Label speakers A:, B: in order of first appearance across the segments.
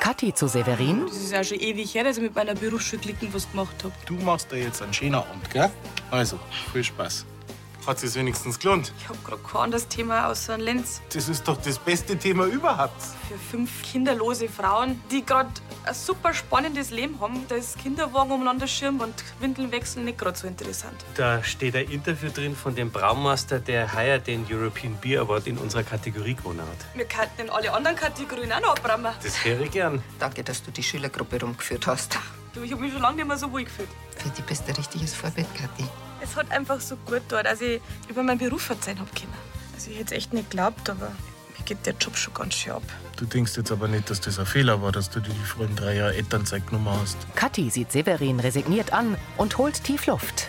A: Kathi zu Severin,
B: Das ist auch schon ewig her, dass ich mit meiner Berufsschule Klicken was gemacht habe.
C: Du machst da jetzt einen schönen Abend, gell? Also, viel Spaß. Hat sich's wenigstens gelohnt.
B: Ich habe gerade kein anderes Thema außer einen Lenz.
C: Das ist doch das beste Thema überhaupt.
B: Für fünf kinderlose Frauen, die gerade ein super spannendes Leben haben, da ist Kinderwagen umeinander Schirm und Windeln wechseln nicht gerade so interessant.
D: Da steht ein Interview drin von dem Braumeister, der heuer den European Beer Award in unserer Kategorie gewonnen hat.
B: Wir könnten in alle anderen Kategorien auch noch abräumen.
D: Das wäre ich gern.
E: Danke, dass du die Schülergruppe rumgeführt hast.
B: Du, ich habe mich schon lange nicht mehr so wohl gefühlt.
E: Für dich bist du ein richtiges Vorbild, Kathi.
B: Es hat einfach so gut dort, dass ich über meinen Beruf erzählen habe können. Also ich hätte echt nicht geglaubt, aber mir geht der Job schon ganz schön ab.
C: Du denkst jetzt aber nicht, dass das ein Fehler war, dass du dir die frühen drei Jahre Elternzeit genommen hast.
A: Kathi sieht Severin resigniert an und holt tief Luft.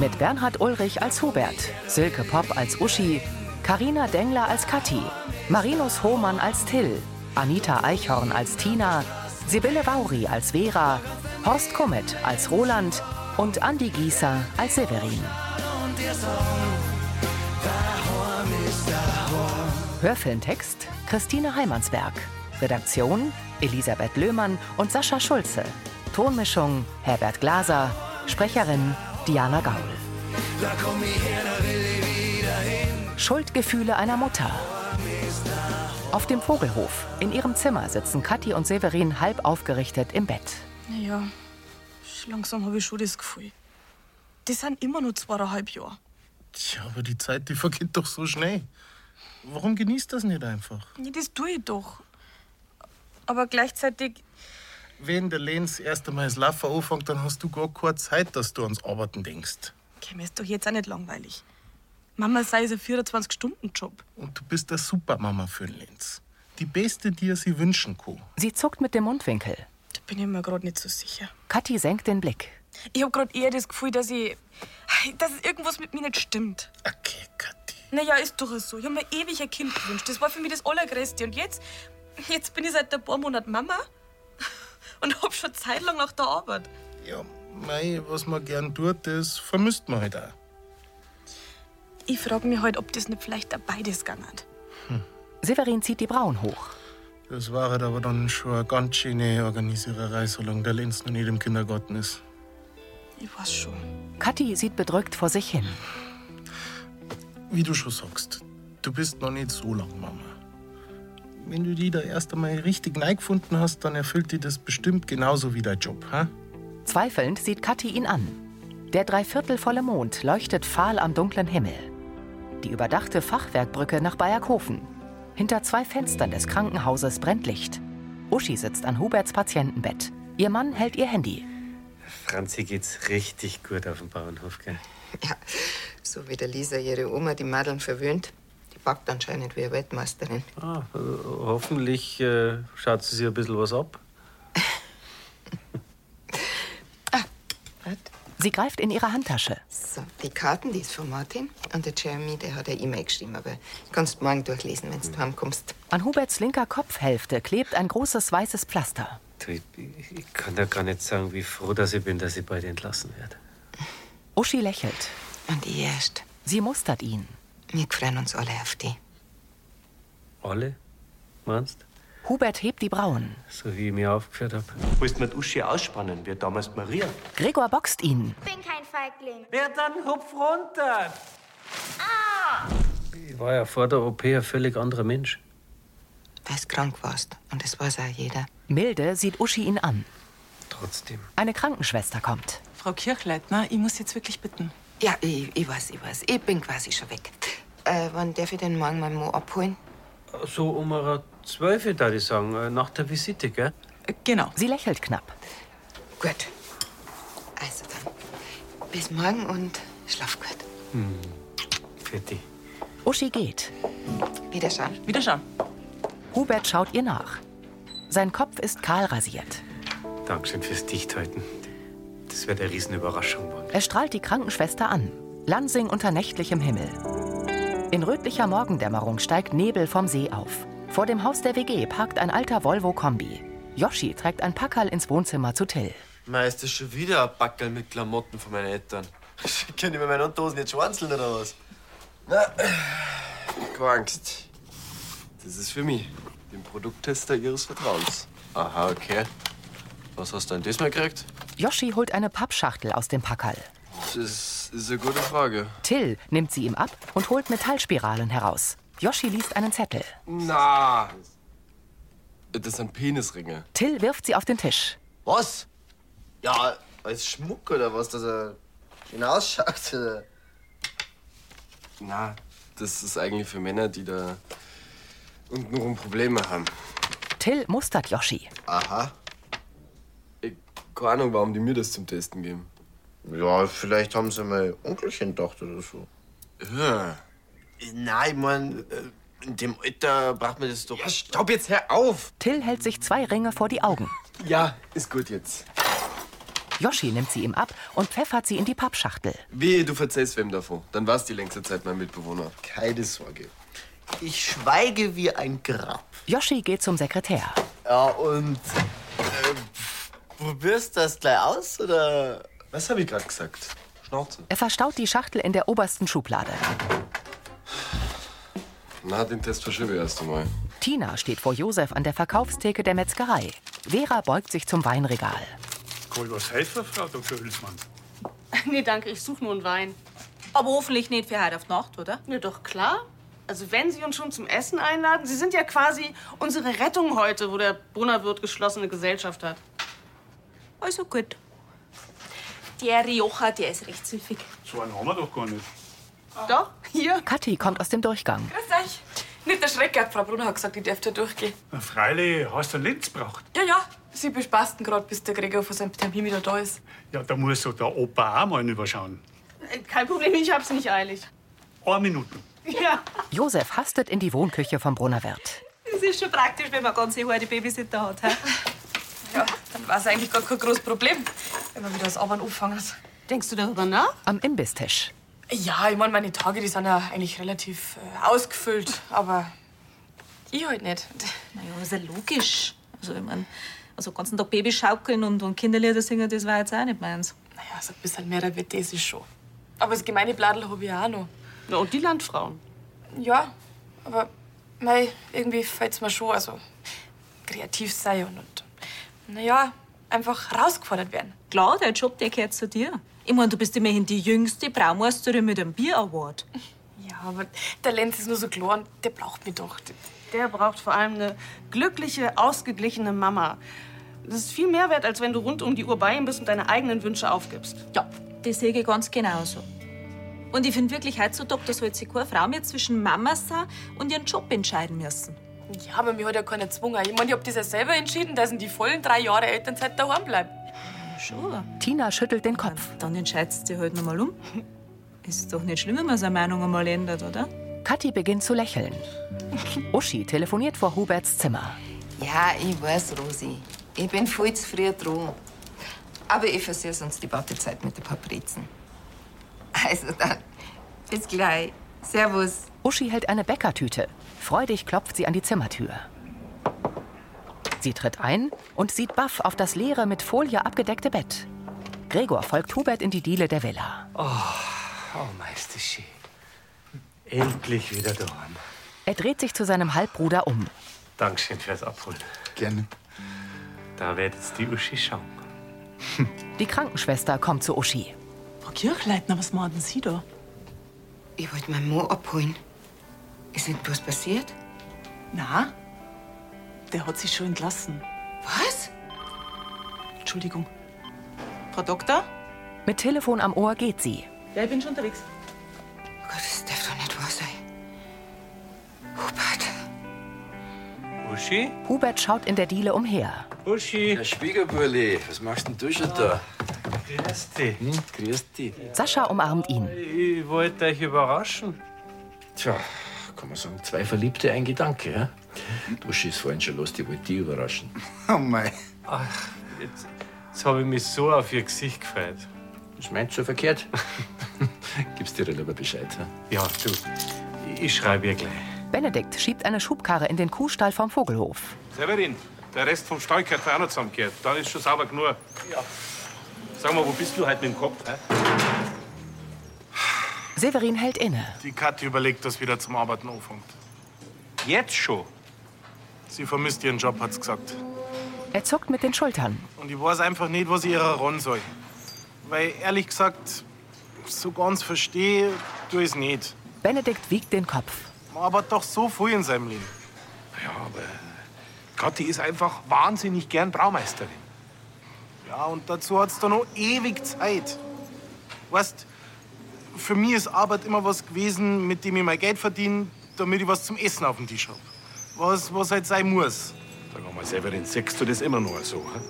A: Mit Bernhard Ulrich als Hubert, Silke Popp als Uschi, Karina Dengler als Kathi, Marinus Hohmann als Till, Anita Eichhorn als Tina, Sibylle Vauri als Vera, Horst Kummet als Roland und Andi Gießer als Severin. Hörfilmtext Christine Heimansberg. Redaktion Elisabeth Löhmann und Sascha Schulze. Tonmischung Herbert Glaser. Sprecherin Diana Gaul. Schuldgefühle einer Mutter. Auf dem Vogelhof. In ihrem Zimmer sitzen Kathi und Severin halb aufgerichtet im Bett.
B: Naja, langsam habe ich schon das Gefühl. Das sind immer nur zweieinhalb Jahre.
C: Tja, aber die Zeit, die vergeht doch so schnell. Warum genießt das nicht einfach?
B: Nee, das tue ich doch. Aber gleichzeitig,
C: Wenn der Lenz erst einmal das Laufen anfängt, dann hast du gar keine Zeit, dass du ans Arbeiten denkst.
B: okay, mir ist doch jetzt auch nicht langweilig. Mama sei es ein 24-Stunden-Job.
C: Und du bist der Supermama für den Lenz. Die Beste, die er sich wünschen kann.
A: Sie zuckt mit dem Mundwinkel.
B: Da bin ich mir gerade nicht so sicher.
A: Kathi senkt den Blick.
B: Ich habe gerade eher das Gefühl, dass ich. dass es irgendwas mit mir nicht stimmt.
C: Okay, Kathi.
B: Naja, ist doch so. Ich habe mir ewig ein Kind gewünscht. Das war für mich das Allergrößte. Und jetzt, jetzt bin ich seit ein paar Monaten Mama und hab schon Zeit lang nach der Arbeit.
C: Ja, mei, was man gern tut, das vermisst man halt auch.
B: Ich frage mich halt, ob das nicht vielleicht auch beides gegangen hat.
A: Severin zieht die Brauen hoch.
C: Das war halt aber dann schon eine ganz schöne Organisiererei, solange der Lenz noch nicht im Kindergarten ist.
B: Ich weiß schon.
A: Kathi sieht bedrückt vor sich hin.
C: Wie du schon sagst, du bist noch nicht so lang Mama. Wenn du die da erst einmal richtig gefunden hast, dann erfüllt dir das bestimmt genauso wie dein Job, ha?
A: Zweifelnd sieht Kathi ihn an. Der dreiviertelvolle Mond leuchtet fahl am dunklen Himmel. Die überdachte Fachwerkbrücke nach Bayerkofen. Hinter zwei Fenstern des Krankenhauses brennt Licht. Uschi sitzt an Huberts Patientenbett. Ihr Mann hält ihr Handy.
D: Franzi geht's richtig gut auf dem Bauernhof, gell?
E: Ja, so wie der Lisa ihre Oma die Madeln verwöhnt. Die backt anscheinend wie eine Weltmeisterin.
D: Ah, äh, hoffentlich äh, schaut sie sich ein bisschen was ab.
E: Was?
A: Sie greift in ihre Handtasche.
E: So, die Karten, die ist von Martin. Und der Jeremy, der hat eine E-Mail geschrieben. Aber kannst du morgen durchlesen, wenn du heimkommst.
A: An Huberts linker Kopfhälfte klebt ein großes weißes Pflaster.
D: Du, ich, ich kann ja gar nicht sagen, wie froh dass ich bin, dass ich bald entlassen werde.
A: Uschi lächelt.
E: Und ich erst.
A: Sie mustert ihn.
E: Wir freuen uns alle auf die.
D: Alle? Meinst
A: Hubert hebt die Brauen.
D: So wie ich mir aufgeführt habe.
F: Willst du mit Uschi ausspannen, wie damals die Maria?
A: Gregor boxt ihn.
G: bin kein Feigling.
D: Wer dann hupf runter! Ich war ja vor der OP ein völlig anderer Mensch.
E: Weil du krank warst. Und das weiß auch jeder.
A: Milde sieht Uschi ihn an.
D: Trotzdem.
A: Eine Krankenschwester kommt.
H: Frau Kirchleitner, ich muss jetzt wirklich bitten.
E: Ja, ich, ich weiß, ich weiß. Ich bin quasi schon weg. Äh, wann darf ich denn morgen meinen Mo abholen?
D: So um eine 12, da ich sagen, äh, nach der Visite, gell?
H: Äh, Genau.
A: Sie lächelt knapp.
E: Gut. Also dann. Bis morgen und schlaf gut.
D: Für die.
A: Uschi geht.
E: Wiederschauen.
H: Wiederschauen.
A: Hubert schaut ihr nach. Sein Kopf ist kahl rasiert.
D: Dankeschön fürs Dichthalten. Das wird eine Riesenüberraschung morgen.
A: Er strahlt die Krankenschwester an. Lansing unter nächtlichem Himmel. In rötlicher Morgendämmerung steigt Nebel vom See auf. Vor dem Haus der WG parkt ein alter Volvo-Kombi. Yoshi trägt ein Packerl ins Wohnzimmer zu Till.
F: Mei, ist das schon wieder ein Backel mit Klamotten von meinen Eltern? Kann ich mir meine Unterhosen jetzt schwanzeln oder was? Na, keine Angst. Das ist für mich. Dem Produkttester ihres Vertrauens. Aha, okay. Was hast du denn diesmal gekriegt?
A: Yoshi holt eine Pappschachtel aus dem Packerl.
F: Das ist ist eine gute Frage.
A: Till nimmt sie ihm ab und holt Metallspiralen heraus. Yoshi liest einen Zettel.
F: Na. Das sind Penisringe.
A: Till wirft sie auf den Tisch.
G: Was? Ja, als Schmuck oder was, dass er hinausschaut? Oder?
F: Na, das ist eigentlich für Männer, die da untenrum Probleme haben.
A: Till mustert Yoshi.
G: Aha.
F: Ich, keine Ahnung, warum die mir das zum Testen geben.
G: Ja, vielleicht haben sie mal Onkelchen gedacht oder so.
F: Ja.
G: Nein, man,
F: äh,
G: in dem Alter braucht man das doch. Ja,
F: Stopp, jetzt hör auf!
A: Till hält sich zwei Ringe vor die Augen.
F: Ja, ist gut jetzt.
A: Yoshi nimmt sie ihm ab und pfeffert sie in die Pappschachtel.
F: Wehe, du verzeihst wem davon. Dann war's die längste Zeit mein Mitbewohner.
G: keine Sorge. Ich schweige wie ein Grab.
A: Yoshi geht zum Sekretär.
F: Ah,
G: Ja, und. Äh, probierst du das gleich aus oder.
F: Was habe ich gerade gesagt? Schnauze.
A: Er verstaut die Schachtel in der obersten Schublade.
F: Na, den Test verschiebe ich erst einmal.
A: Tina steht vor Josef an der Verkaufstheke der Metzgerei. Vera beugt sich zum Weinregal.
I: Kann ich was helfen, Frau Dr. Hülsmann?
J: Nee, danke, ich suche nur einen Wein.
B: Aber hoffentlich nicht für heute auf Nacht, oder?
J: Ja, doch klar. Also wenn Sie uns schon zum Essen einladen, Sie sind ja quasi unsere Rettung heute, wo der Brunnerwirt geschlossene Gesellschaft hat.
B: Also gut. Der Rioja, der ist recht süffig.
I: So einen haben wir doch gar nicht.
J: Doch, hier.
A: Kathi kommt aus dem Durchgang.
B: Grüß euch. Nicht der Schreck gehabt, Frau Brunner hat gesagt, ich darf da durchgehen.
I: Na, Freilich, hast du einen Lenz gebraucht?
B: Ja, ja, sie bespaßten gerade, bis der Gregor von seinem Termin wieder da ist.
I: Ja, da muss doch der Opa auch mal überschauen.
J: Äh, Kein Problem, ich hab's nicht eilig.
I: Eine Minute.
J: Ja.
A: Josef hastet in die Wohnküche vom Brunnerwirt.
K: Es ist schon praktisch, wenn man ganze Haare Babysitter hat. He?
B: Ja, dann war es eigentlich gar kein großes Problem, wenn man wieder das Arbeiten angefangen hat.
K: Denkst du darüber nach?
A: Am Imbisstisch.
B: Ja, ich meine, meine Tage, die sind ja eigentlich relativ äh, ausgefüllt, aber ich halt nicht.
K: Naja, ist ja logisch. Also, ich mein, also den ganzen Tag Babys schaukeln und, und Kinderlieder singen, das war jetzt auch nicht meins.
B: Naja, so ein bisschen mehr wird das ist schon. Aber das gemeine Bladel habe ich auch noch.
J: Na, und die Landfrauen.
B: Ja, aber mei, irgendwie fällt's mir schon. Also kreativ sein und, und naja, einfach herausgefordert werden.
K: Klar, der Job, der gehört zu dir. Ich mein, du bist immerhin die jüngste Braumeisterin mit einem Bier-Award.
B: Ja, aber der Lenz ist nur so klar und der braucht mich doch.
J: Der braucht vor allem eine glückliche, ausgeglichene Mama. Das ist viel mehr wert, als wenn du rund um die Uhr bei ihm bist und deine eigenen Wünsche aufgibst.
K: Ja, das sehe ich ganz genauso. Und ich finde wirklich heutzutage, da sollte sich keine Frau mehr zwischen Mama sein und ihren Job entscheiden müssen.
B: Ja, aber mir hat ja keiner gezwungen. Ich meine, ich hab das ja selber entschieden, dass ich die vollen drei Jahre Elternzeit daheim bleibe.
K: Schon.
A: Tina schüttelt den Kopf.
K: Dann entscheidest du dich halt nochmal um. Ist doch nicht schlimm, wenn man seine Meinung einmal ändert, oder?
A: Kathi beginnt zu lächeln. Uschi telefoniert vor Huberts Zimmer.
E: Ja, ich weiß, Rosi. Ich bin voll zu früh dran. Aber ich versehe uns die Wartezeit mit ein paar Brezen. Also dann, bis gleich. Servus.
A: Uschi hält eine Bäckertüte. Freudig klopft sie an die Zimmertür. Sie tritt ein und sieht baff auf das leere, mit Folie abgedeckte Bett. Gregor folgt Hubert in die Diele der Villa.
D: Oh, Meister Schee. Endlich wieder daheim.
A: Er dreht sich zu seinem Halbbruder um.
D: Dankeschön fürs Abholen.
G: Gerne.
D: Da wird jetzt die Uschi schauen.
A: Die Krankenschwester kommt zu Uschi.
H: Frau Kirchleitner, was machen Sie da?
E: Ich wollte meinen Mo abholen. Ist nicht bloß passiert?
H: Na, der hat sich schon entlassen.
E: Was?
H: Entschuldigung. Frau Doktor?
A: Mit Telefon am Ohr geht sie.
H: Ja, ich bin schon unterwegs.
E: Oh Gott, das darf doch nicht wahr sein. Hubert.
D: Uschi?
A: Hubert schaut in der Diele umher.
D: Uschi?
F: Herr Schwiegerburli, was machst denn du schon da?
D: Grüß dich.
F: Hm, grüß dich.
A: Sascha umarmt ihn.
D: Ich wollte euch überraschen.
L: Tja, kann man sagen, zwei Verliebte, ein Gedanke, ja? Du schießt vorhin schon los, die wollte die überraschen.
G: Oh mein.
D: Jetzt, jetzt habe ich mich so auf ihr Gesicht gefreut.
L: Was meinst du verkehrt? Gibst dir lieber Bescheid, ja?
D: Ja, du, ich schreibe ihr gleich.
A: Benedikt schiebt eine Schubkarre in den Kuhstall vom Vogelhof.
I: Severin, der Rest vom Stall gehört auch noch zusammengekehrt. Dann ist schon sauber genug. Ja. Sag mal, wo bist du heute mit dem Kopf? He?
A: Severin hält inne.
I: Die Kathi überlegt, dass wieder zum Arbeiten anfängt. Jetzt schon?
C: Sie vermisst ihren Job, hat's gesagt.
A: Er zuckt mit den Schultern.
C: Und ich weiß einfach nicht, was ich ihr ran soll. Weil ehrlich gesagt, so ganz verstehe du es nicht.
A: Benedikt wiegt den Kopf.
C: Man arbeitet doch so viel in seinem Leben.
I: Ja, aber Kathi ist einfach wahnsinnig gern Braumeisterin.
C: Ja, und dazu hat's da noch ewig Zeit. Weißt, für mich ist Arbeit immer was gewesen, mit dem ich mein Geld verdiene, damit ich was zum Essen auf dem Tisch hab. Was, was halt sein muss.
I: Sag mal, Severin, siehst du das immer nur so? Hä?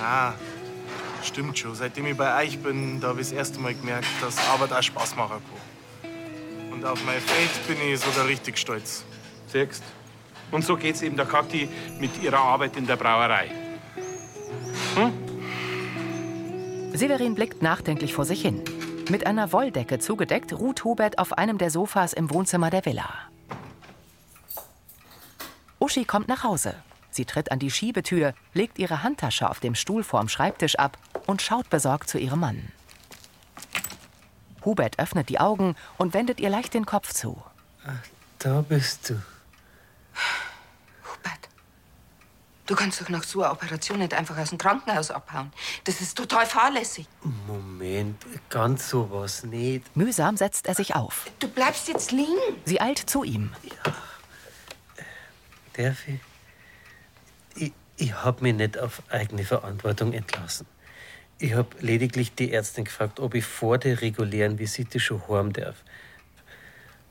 C: Na, stimmt schon. Seitdem ich bei euch bin, da habe ich das erste Mal gemerkt, dass Arbeit auch Spaß machen kann. Und auf mein Feld bin ich sogar richtig stolz.
I: Siehst Und so geht's eben der Kathi mit ihrer Arbeit in der Brauerei.
A: Severin blickt nachdenklich vor sich hin. Mit einer Wolldecke zugedeckt ruht Hubert auf einem der Sofas im Wohnzimmer der Villa. Uschi kommt nach Hause. Sie tritt an die Schiebetür, legt ihre Handtasche auf dem Stuhl vorm Schreibtisch ab und schaut besorgt zu ihrem Mann. Hubert öffnet die Augen und wendet ihr leicht den Kopf zu.
M: Da bist du.
E: Du kannst doch nach so einer Operation nicht einfach aus dem Krankenhaus abhauen. Das ist total fahrlässig.
M: Moment, ganz sowas nicht.
A: Mühsam setzt er sich auf.
E: Du bleibst jetzt liegen.
A: Sie eilt zu ihm.
M: Darf ich? Ich, ich habe mich nicht auf eigene Verantwortung entlassen. Ich habe lediglich die Ärztin gefragt, ob ich vor der regulären Visite schon heim darf.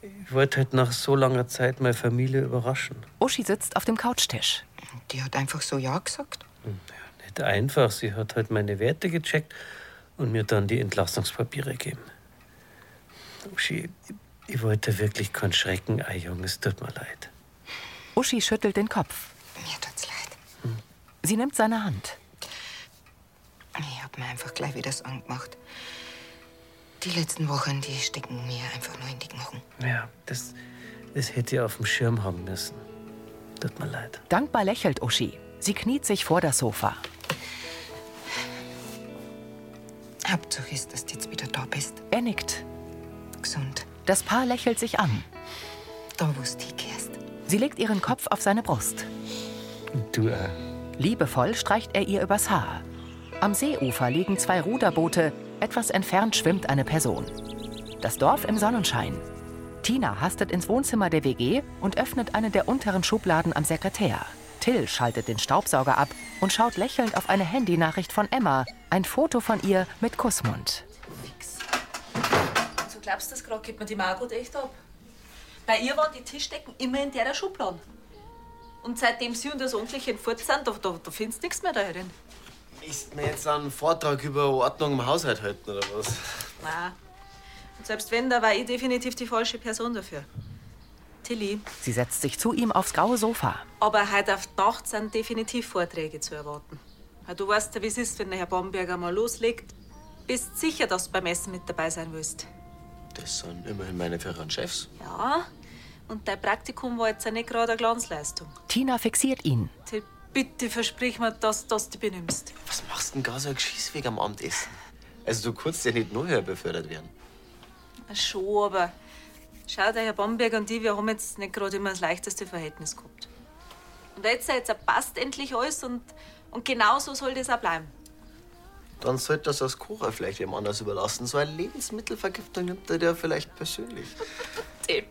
M: Ich wollte halt nach so langer Zeit meine Familie überraschen.
A: Uschi sitzt auf dem Couchtisch.
E: Die hat einfach so Ja gesagt.
M: Hm, Nicht einfach, sie hat halt meine Werte gecheckt und mir dann die Entlassungspapiere gegeben. Uschi, ich- ich wollte wirklich keinen Schrecken, ei Junge, es tut mir leid.
A: Uschi schüttelt den Kopf.
E: Mir tut's leid.
A: Sie nimmt seine Hand.
E: Ich hab mir einfach gleich wieder das angemacht. Die letzten Wochen, die stecken mir einfach nur in die Knochen.
M: Ja, das, das hätte ich auf dem Schirm haben müssen. Tut mir leid.
A: Dankbar lächelt Uschi. Sie kniet sich vor das Sofa.
E: Hauptsache ist, dass du jetzt wieder da bist.
A: Er nickt.
E: Gesund.
A: Das Paar lächelt sich an.
E: Da, wo's dich gehst.
A: Sie legt ihren Kopf auf seine Brust.
M: Du auch.
D: äh?
A: Liebevoll streicht er ihr übers Haar. Am Seeufer liegen zwei Ruderboote. Etwas entfernt schwimmt eine Person. Das Dorf im Sonnenschein. Tina hastet ins Wohnzimmer der WG und öffnet eine der unteren Schubladen am Sekretär. Till schaltet den Staubsauger ab und schaut lächelnd auf eine Handynachricht von Emma, ein Foto von ihr mit Kussmund.
K: So glaubst du das gerade, geht mir die Margot echt ab. Bei ihr waren die Tischdecken immer in der Schublade. Und seitdem sie und das Onkelchen fort sind, da, da, da findest du nichts mehr da drin.
F: Ist mir jetzt einen Vortrag über Ordnung im Haushalt halten oder was?
K: Nein. Und selbst wenn, da war ich definitiv die falsche Person dafür. Tilly,
A: Sie setzt sich zu ihm aufs graue Sofa.
K: aber heute auf die Nacht sind definitiv Vorträge zu erwarten. Ja, Du weißt ja, wie es ist, wenn der Herr Bamberger mal loslegt. Bist sicher, dass du beim Essen mit dabei sein willst.
F: Das sind immerhin meine früheren Chefs.
K: Ja, und dein Praktikum war jetzt ja nicht gerade eine Glanzleistung.
A: Tina fixiert ihn.
K: Till, bitte versprich mir, dass, dass du dich benimmst.
F: Was machst du denn gar so ein Geschiss wegen am Abendessen? Also, du kannst ja nicht nur höher befördert werden.
K: Ja, Schon, aber schau, der Herr Bamberg und ich, wir haben jetzt nicht gerade immer das leichteste Verhältnis gehabt. Und jetzt, jetzt passt endlich alles und, und genau so soll das auch bleiben.
F: Dann sollte das als Kocher vielleicht jemand anders überlassen. So eine Lebensmittelvergiftung nimmt er dir vielleicht persönlich.
K: Tipp.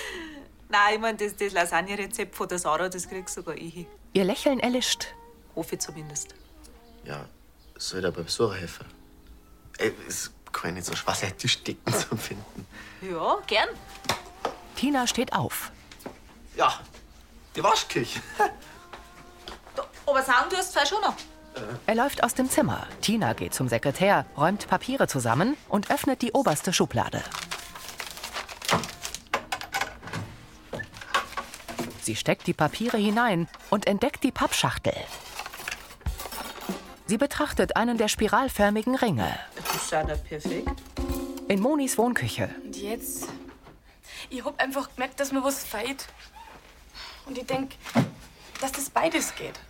K: Nein, ich meine, das, das Lasagne-Rezept von der Sarah, das kriegst sogar ich hin.
A: Ihr Lächeln erlischt.
K: Hoffe ich zumindest.
F: Ja, soll er beim Besucher helfen. Ey, es kann ja nicht so schwer sein, die Stecken zu finden.
K: Ja, gern.
A: Tina steht auf.
F: Ja, die Waschküche.
K: Aber sagen du hast zwei schon noch.
A: Er läuft aus dem Zimmer. Tina geht zum Sekretär, räumt Papiere zusammen und öffnet die oberste Schublade. Sie steckt die Papiere hinein und entdeckt die Pappschachtel. Sie betrachtet einen der spiralförmigen Ringe.
J: Das ist ja nicht perfekt.
A: In Monis Wohnküche.
B: Und jetzt? Ich hab einfach gemerkt, dass mir was fehlt. Und ich denk, dass das beides geht.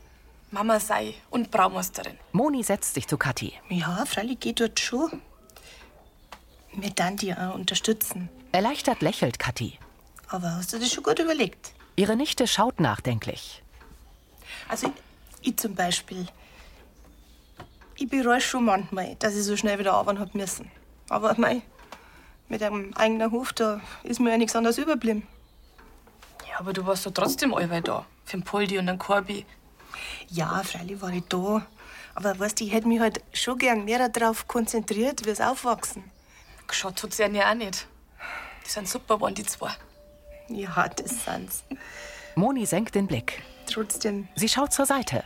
B: Mama sei und Braumeisterin.
A: Moni setzt sich zu Kathi.
N: Ja, freilich geht dort schon. Wir dann die auch unterstützen.
A: Erleichtert lächelt Kathi.
N: Aber hast du dir schon gut überlegt?
A: Ihre Nichte schaut nachdenklich.
N: Also ich zum Beispiel, ich bereue schon manchmal, dass ich so schnell wieder arbeiten hab müssen. Aber mei, mit einem eigenen Hof, da ist mir ja nichts anderes überblieben.
B: Ja, aber du warst doch trotzdem allweil da. Für den Poldi und den Korbi.
N: Ja, freilich war ich da. Aber weißt du, ich hätte mich halt schon gern mehr darauf konzentriert, wie es aufwachsen.
B: Geschaut tut's ja auch nicht. Die sind super waren die zwei.
N: Ja, das sind's.
A: Moni senkt den Blick.
N: Trotzdem,
A: Sie schaut zur Seite.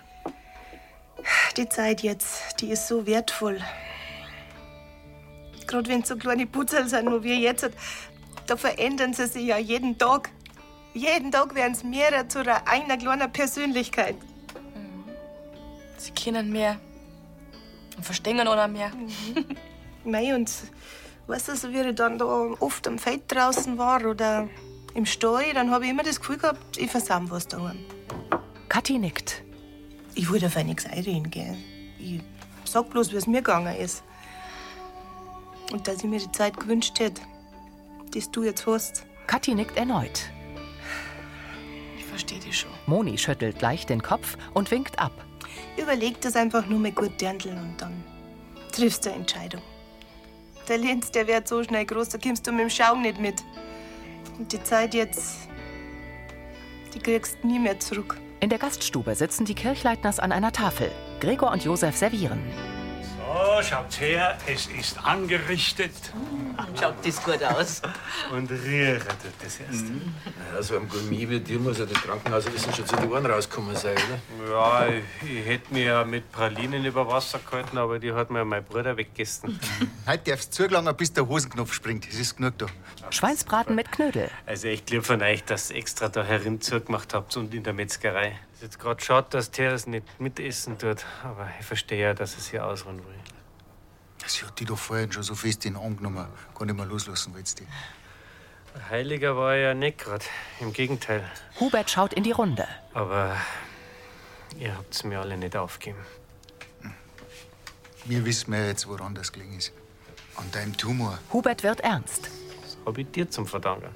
N: die Zeit jetzt, die ist so wertvoll. Gerade wenn so kleine Putzel sind, nur wir jetzt, da verändern sie sich ja jeden Tag. Jeden Tag werden sie mehr zu einer eigenen kleinen Persönlichkeit.
B: Sie kennen mehr und verstehen oder mehr.
N: Mei, und weißt du, so wie ich dann da oft am Feld draußen war oder im Stall, dann habe ich immer das Gefühl gehabt, ich versammle was daheim.
A: Kathi nickt.
N: Ich wollte auf nichts einreden, gell? Ich sag bloß, wie es mir gegangen ist. Und dass ich mir die Zeit gewünscht hätte, die du jetzt hast.
A: Kathi nickt erneut.
B: Ich verstehe dich schon.
A: Moni schüttelt leicht den Kopf und winkt ab.
N: Überleg das einfach nur mal gut, Dirndl, und dann triffst du eine Entscheidung. Der Lenz, der wird so schnell groß, da kommst du mit dem Schaum nicht mit. Und die Zeit jetzt, die kriegst du nie mehr zurück.
A: In der Gaststube sitzen die Kirchleitners an einer Tafel. Gregor und Josef servieren.
D: Oh,
O: So, schaut her, es ist angerichtet. Schaut das gut aus.
L: Und rührt das erst. Ja, so ein Gourmet wie dir muss ja das Krankenhausessen schon zu den Ohren rausgekommen sein, oder?
D: Mm, Ja, ich, ich hätte mich ja mit Pralinen über Wasser gehalten, aber die hat mir mein Bruder weggegessen.
P: Heute darfst du zugelangen, bis der Hosenknopf springt. Es ist genug da.
A: Schweinsbraten mit Knödel.
D: Also echt lieb von euch, dass ihr extra da herin zugemacht habt und in der Metzgerei. Es ist jetzt gerade schade, dass der das nicht mitessen tut, aber ich verstehe ja, dass es hier ausruhen will.
P: Sie hat die doch vorhin schon so fest in den Arm genommen. Kann nicht mehr loslassen, willst du die.
D: Heiliger war er ja nicht gerade, im Gegenteil.
A: Hubert schaut in die Runde.
D: Aber ihr habt's mir alle nicht aufgegeben.
P: Wir wissen ja jetzt, woran das gelegen ist. An deinem Tumor.
A: Hubert wird ernst.
D: Das hab ich dir zum Verdanken.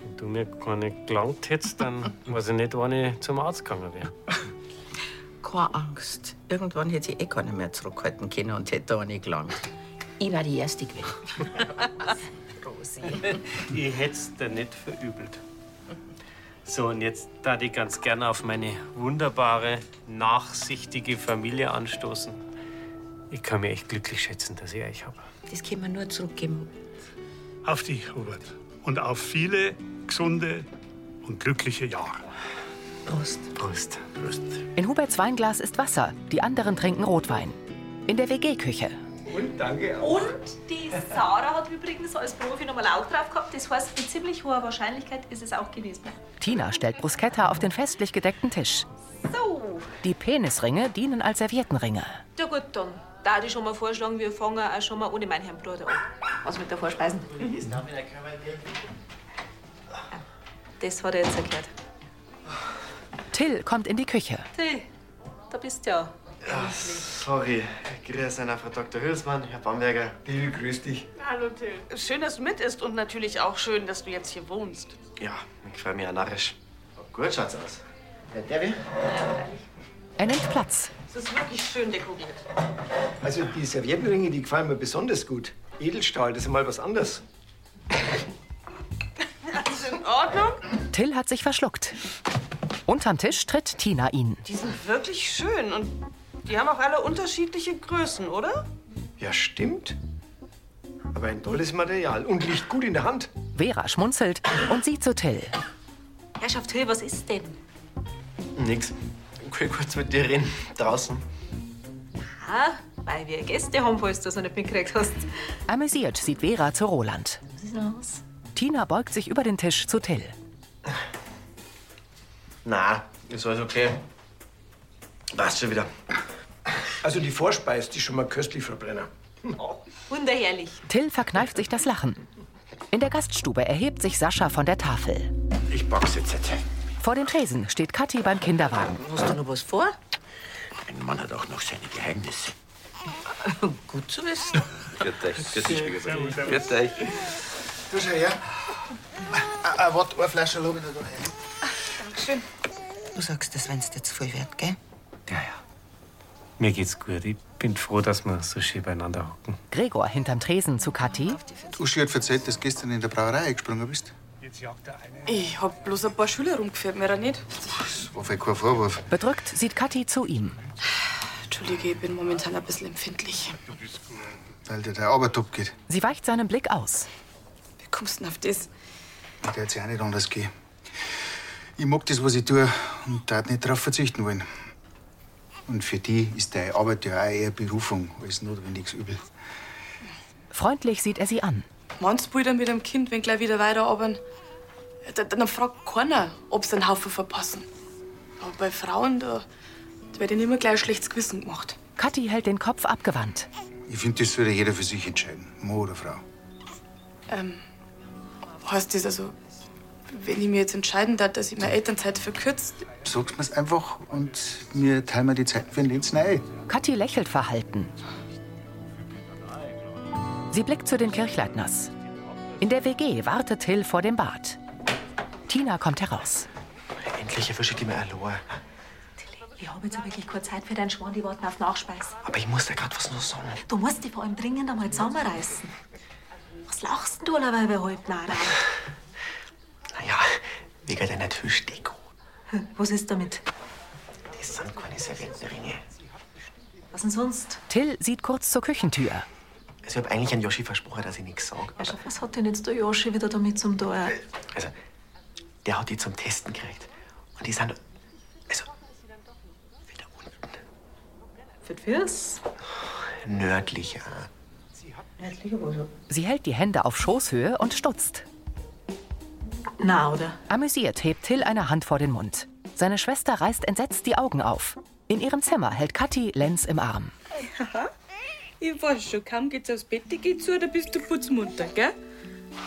D: Wenn du mir keine gelangt hättest, dann weiß ich nicht, wann ich zum Arzt gegangen wäre.
N: Keine
Q: Angst. Irgendwann hätte ich eh keiner mehr zurückhalten können und hätte da nicht gelangt. Ich war die Erste gewesen. Rosi.
D: Ich hätt's dir nicht verübelt. So, und jetzt da ich ganz gerne auf meine wunderbare, nachsichtige Familie anstoßen. Ich kann mich echt glücklich schätzen, dass ich euch habe.
Q: Das können wir nur zurückgeben.
O: Auf dich, Hubert. Und auf viele gesunde und glückliche Jahre.
Q: Prost.
D: Prost.
O: Prost.
A: In Huberts Weinglas ist Wasser, die anderen trinken Rotwein. In der WG-Küche.
O: Und danke
K: Und die Sarah hat übrigens als Profi nochmal Auge drauf gehabt. Das heißt, mit ziemlich hoher Wahrscheinlichkeit ist es auch genießbar.
A: Tina stellt Bruschetta auf den festlich gedeckten Tisch.
K: So.
A: Die Penisringe dienen als Serviettenringe.
K: Ja gut, dann da ich schon mal vorschlagen, wir fangen auch schon mal ohne meinen Herrn Bruder an. Was mit der Vorspeisen? Ah, Das hat er jetzt erklärt.
A: Till kommt in die Küche.
K: Till, da bist du ja.
G: Ja, sorry. Grüß euch, Frau Dr. Hülsmann, Herr Bamberger. Bibi, grüß dich.
J: Hallo Till. Schön, dass du mit isst und natürlich auch schön, dass du jetzt hier wohnst.
G: Ja, ich freue mich auch narrisch. Gut schaut's aus. Herr Debbie?
A: Er nimmt Platz.
J: Es ist wirklich schön dekoriert.
R: Also die Serviettenringe, die gefallen mir besonders gut. Edelstahl, das ist mal was anderes.
J: Alles in Ordnung?
A: Till hat sich verschluckt. Unterm Tisch tritt Tina ihn.
J: Die sind wirklich schön und die haben auch alle unterschiedliche Größen, oder?
R: Ja, stimmt. Aber ein tolles Material und liegt gut in der Hand.
A: Vera schmunzelt und sieht zu Till.
K: Herrschaft Till, was ist denn?
G: Nix. Ich will kurz mit dir reden. Draußen.
K: Ah, weil wir Gäste haben, falls du es noch nicht mitgekriegt hast.
A: Amüsiert sieht Vera zu Roland.
K: Was ist denn los?
A: Tina beugt sich über den Tisch zu Till.
G: Na, ist alles okay. Passt schon wieder.
R: Also die Vorspeise, die ist schon mal köstlich, Frau Brenner.
K: Wunderherrlich.
A: Till verkneift sich das Lachen. In der Gaststube erhebt sich Sascha von der Tafel.
L: Ich boxe jetzt.
A: Vor dem Tresen steht Kathi beim Kinderwagen.
Q: Hast du noch was vor?
L: Ein Mann hat auch noch seine Geheimnisse.
Q: Gut zu wissen.
L: Viert euch. Viert euch, Schwiegersohn.
F: Viert euch.
G: Äh, Du schau her. Ah, ah, warte, eine Flasche schau ich da rein.
B: Dankeschön.
E: Du sagst das, wenn's dir zu viel wird, gell?
D: Mir geht's gut. Ich bin froh, dass wir so schön beieinander hocken.
A: Gregor hinterm Tresen zu Kathi.
P: Uschi hat erzählt, dass du gestern in der Brauerei eingesprungen bist.
B: Jetzt jagt er einen. Ich hab bloß ein paar Schüler rumgeführt, mehr nicht.
P: Das war vielleicht kein Vorwurf.
A: Bedrückt sieht Kathi zu ihm.
B: Entschuldige, ich bin momentan ein bisschen empfindlich.
P: Weil dir der Arbeit abgeht.
A: Sie weicht seinen Blick aus.
B: Wie kommst du denn auf das?
P: Der hat sich auch nicht anders gehen. Ich mag das, was ich tue und darf nicht darauf verzichten wollen. Und für die ist deine Arbeit ja auch eher Berufung als notwendiges Übel.
A: Freundlich sieht er sie an.
B: Meinst du, dann mit dem Kind, wenn gleich wieder weiter arbeiten? Da- da- Dann fragt keiner, ob sie einen Haufen verpassen. Aber bei Frauen, da, da wird ihnen immer gleich ein schlechtes Gewissen gemacht.
A: Kathi hält den Kopf abgewandt.
P: Ich finde, das würde jeder für sich entscheiden. Mann oder Frau.
B: Ähm, heißt das also, wenn ich mir jetzt entscheiden darf, dass ich meine Elternzeit verkürzt,
P: Sagst mir's einfach und wir teilen mir die Zeiten für den Lenz ein.
A: Kathi lächelt verhalten. Sie blickt zu den Kirchleitners. In der WG wartet Hill vor dem Bad. Tina kommt heraus.
F: Endlich erwische ich mir Aloha.
S: Ich habe jetzt auch wirklich keine Zeit für deinen Schwan, die warten auf Nachspeis.
F: Aber ich muss dir gerade was noch sagen.
S: Du musst dich vor allem dringend einmal zusammenreißen. Was lachst denn du allerweil bei halb nein?
F: Naja, wegen deiner Tischdeko.
S: Was ist damit?
F: Das sind keine Serviettenringe.
S: Was denn sonst?
A: Till sieht kurz zur Küchentür.
F: Also, ich habe eigentlich an Yoshi versprochen, dass ich nichts sage.
S: Ja, schau, Was hat denn jetzt der Joschi wieder damit zum Teuer?
F: Also, der hat die zum Testen gekriegt. Und die sind. Also,
S: Für fürs?
F: nördlicher.
A: Sie hält die Hände auf Schoßhöhe und stutzt.
S: Na, oder?
A: Amüsiert hebt Till eine Hand vor den Mund. Seine Schwester reißt entsetzt die Augen auf. In ihrem Zimmer hält Kathi Lenz im Arm.
T: Haha. Ich weiß schon, kaum geht's aufs Bett, ich geh zu, da bist du putzmunter, gell?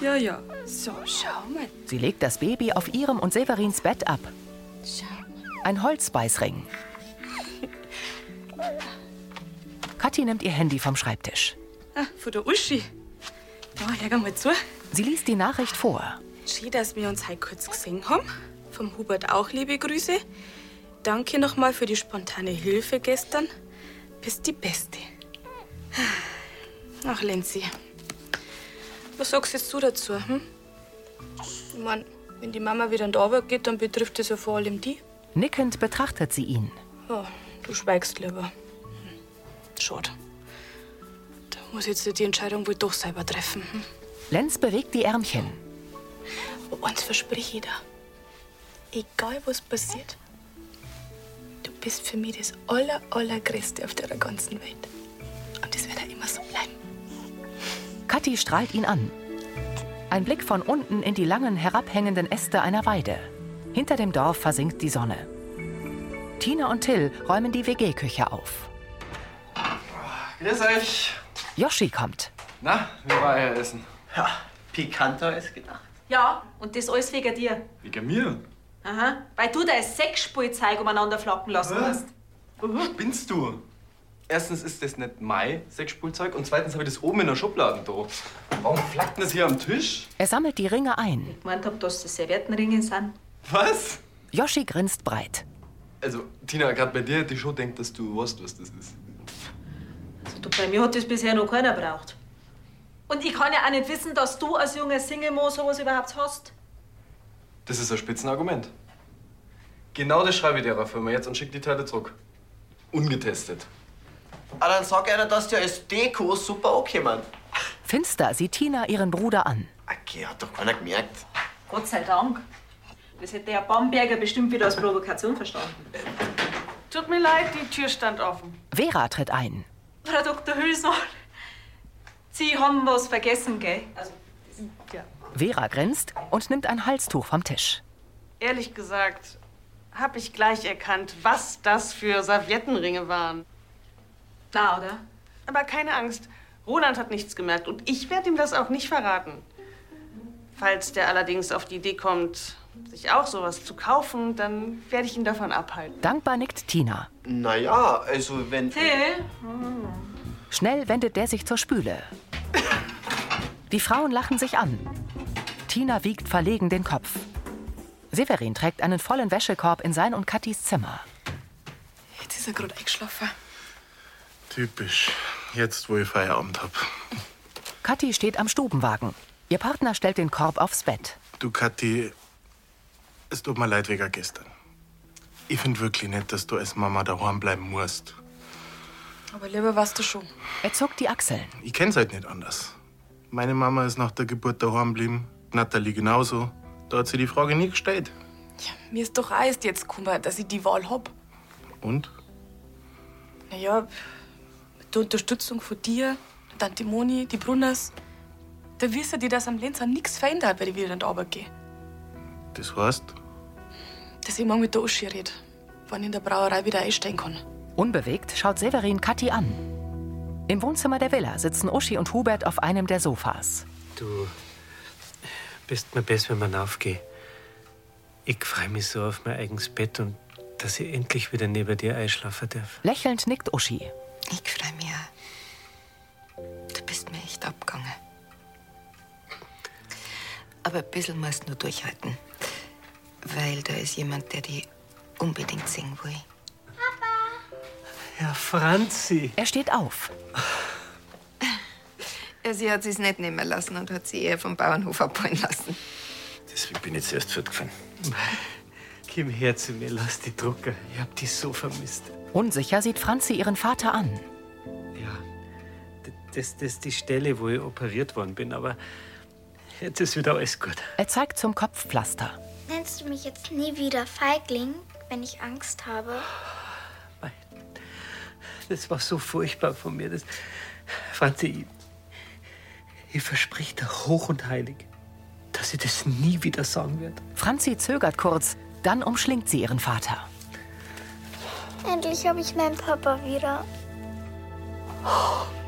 T: Ja, ja. So, schau mal.
A: Sie legt das Baby auf ihrem und Severins Bett ab. Ein Holzbeißring. Kathi nimmt ihr Handy vom Schreibtisch.
B: ah, von der Uschi. Ja, hör mal zu.
A: Sie liest die Nachricht vor.
B: Schön, dass wir uns heute kurz gesehen haben. Vom Hubert auch liebe Grüße. Danke nochmal für die spontane Hilfe gestern. Bist die Beste. Ach, Lenzi. Was sagst jetzt du dazu? Hm? Ich mein, wenn die Mama wieder in die Arbeit geht, dann betrifft das ja vor allem die.
A: Nickend betrachtet sie ihn.
B: Ja, du schweigst lieber. Hm. Schade. Da muss jetzt die Entscheidung wohl doch selber treffen. Hm?
A: Lenz bewegt die Ärmchen.
B: Uns versprich ich dir, egal was passiert, du bist für mich das aller, allergrößte auf der ganzen Welt. Und das wird auch immer so bleiben.
A: Kathi strahlt ihn an. Ein Blick von unten in die langen, herabhängenden Äste einer Weide. Hinter dem Dorf versinkt die Sonne. Tina und Till räumen die WG-Küche auf.
G: Grüß euch.
A: Yoshi kommt.
G: Na, wie war euer Essen? Ja, pikanter als gedacht.
K: Ja, und das alles wegen dir.
G: Wegen mir?
K: Aha, weil du dein Sechsspulzeug umeinander flappen lassen
G: Hä?
K: hast.
G: Spinnst du? Erstens ist das nicht mein Sechsspulzeug und zweitens habe ich das oben in der Schublade da. Warum flackt denn das hier am Tisch?
A: Er sammelt die Ringe ein.
K: Ich gemeint hab, dass das Serviettenringe sind.
G: Was?
A: Yoshi grinst breit.
G: Also, Tina, gerade bei dir, die Show denkt, dass du weißt, was das ist.
K: Also, du, bei mir hat das bisher noch keiner braucht. Und ich kann ja auch nicht wissen, dass du als junger Single-Mo sowas überhaupt hast.
G: Das ist ein Spitzenargument. Genau das schreibe ich der Firma jetzt und schick die Teile zurück. Ungetestet.
F: Ah, dann sag einer, dass der als Deko super okay, Mann.
A: Finster sieht Tina ihren Bruder an.
F: Okay, hat doch keiner gemerkt.
K: Gott sei Dank. Das hätte der Bamberger bestimmt wieder als Provokation verstanden.
J: Tut mir leid, die Tür stand offen.
A: Vera tritt ein.
K: Frau Dr. Hülsmann, Sie haben was vergessen, gell? Also, das-
J: ja.
A: Vera grinst und nimmt ein Halstuch vom Tisch.
J: Ehrlich gesagt, hab ich gleich erkannt, was das für Serviettenringe waren.
K: Na, oder?
J: Aber keine Angst, Roland hat nichts gemerkt und ich werde ihm das auch nicht verraten. Falls der allerdings auf die Idee kommt, sich auch sowas zu kaufen, dann werde ich ihn davon abhalten.
A: Dankbar nickt Tina.
F: Naja, also wenn.
K: Till?
A: Schnell wendet der sich zur Spüle. Die Frauen lachen sich an. Tina wiegt verlegen den Kopf. Severin trägt einen vollen Wäschekorb in sein und Katis Zimmer.
B: Jetzt ist er gerade eingeschlafen.
F: Typisch. Jetzt, wo ich Feierabend hab.
A: Kathi steht am Stubenwagen. Ihr Partner stellt den Korb aufs Bett.
F: Du, Kathi, es tut mir leid wegen gestern. Ich find wirklich nicht, dass du als Mama daheim bleiben musst.
B: Aber lieber warst du schon.
A: Er zuckt die Achseln.
F: Ich kenn's halt nicht anders. Meine Mama ist nach der Geburt daheim geblieben. Natalie genauso. Da hat sie die Frage nie gestellt.
B: Mir ist doch auch erst jetzt gekommen, dass ich die Wahl hab.
F: Und?
B: Naja, mit der Unterstützung von dir, der Tante Moni, die Brunners. Da wissen die, dass am Lenz nichts verändert, wenn ich wieder in die Arbeit gehe.
F: Das heißt,
B: Dass ich morgen mit der Uschi rede, wann ich in der Brauerei wieder einsteigen kann.
A: Unbewegt schaut Severin Kathi an. Im Wohnzimmer der Villa sitzen Uschi und Hubert auf einem der Sofas.
D: Du bist mir besser, wenn man aufgeht. Ich freue mich so auf mein eigenes Bett und dass ich endlich wieder neben dir einschlafen darf.
A: Lächelnd nickt Uschi.
E: Ich freue mich auch. Du bist mir echt abgegangen. Aber ein bisschen musst du nur durchhalten. Weil da ist jemand, der dich unbedingt singen will.
D: Ja, Franzi.
A: Er steht auf.
E: Ja, sie hat sich's nicht nehmen lassen und hat sie eher vom Bauernhof abholen lassen.
L: Deswegen bin ich zuerst fortgefahren.
D: Komm her zu mir, lass die Drucker. Ich hab dich so vermisst.
A: Unsicher sieht Franzi ihren Vater an.
D: Das, das ist die Stelle, wo ich operiert worden bin, aber jetzt ist wieder alles gut.
A: Er zeigt zum Kopfpflaster.
U: Nennst du mich jetzt nie wieder Feigling, wenn ich Angst habe?
D: Das war so furchtbar von mir. Das, Franzi, ich, ich versprich dir hoch und heilig, dass ich das nie wieder sagen werde.
A: Franzi zögert kurz, dann umschlingt sie ihren Vater.
U: Endlich habe ich meinen Papa wieder.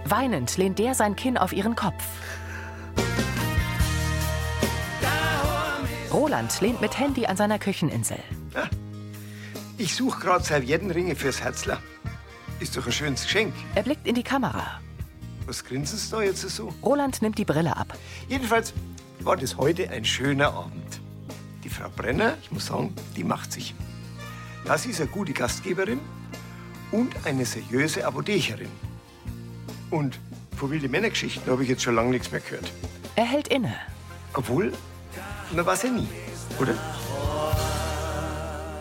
A: Weinend lehnt der sein Kinn auf ihren Kopf. Roland lehnt mit Handy an seiner Kücheninsel.
R: Ich suche gerade Serviettenringe fürs Herzler. Ist doch ein schönes Geschenk.
A: Er blickt in die Kamera.
R: Was grinsen Sie da jetzt so?
A: Roland nimmt die Brille ab.
R: Jedenfalls war das heute ein schöner Abend. Die Frau Brenner, ich muss sagen, die macht sich. Das ist eine gute Gastgeberin und eine seriöse Apothekerin. Und von wilde Männergeschichten habe ich jetzt schon lange nichts mehr gehört.
A: Er hält inne.
R: Obwohl, man weiß ja nie, oder?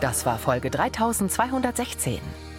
A: Das war Folge 3216.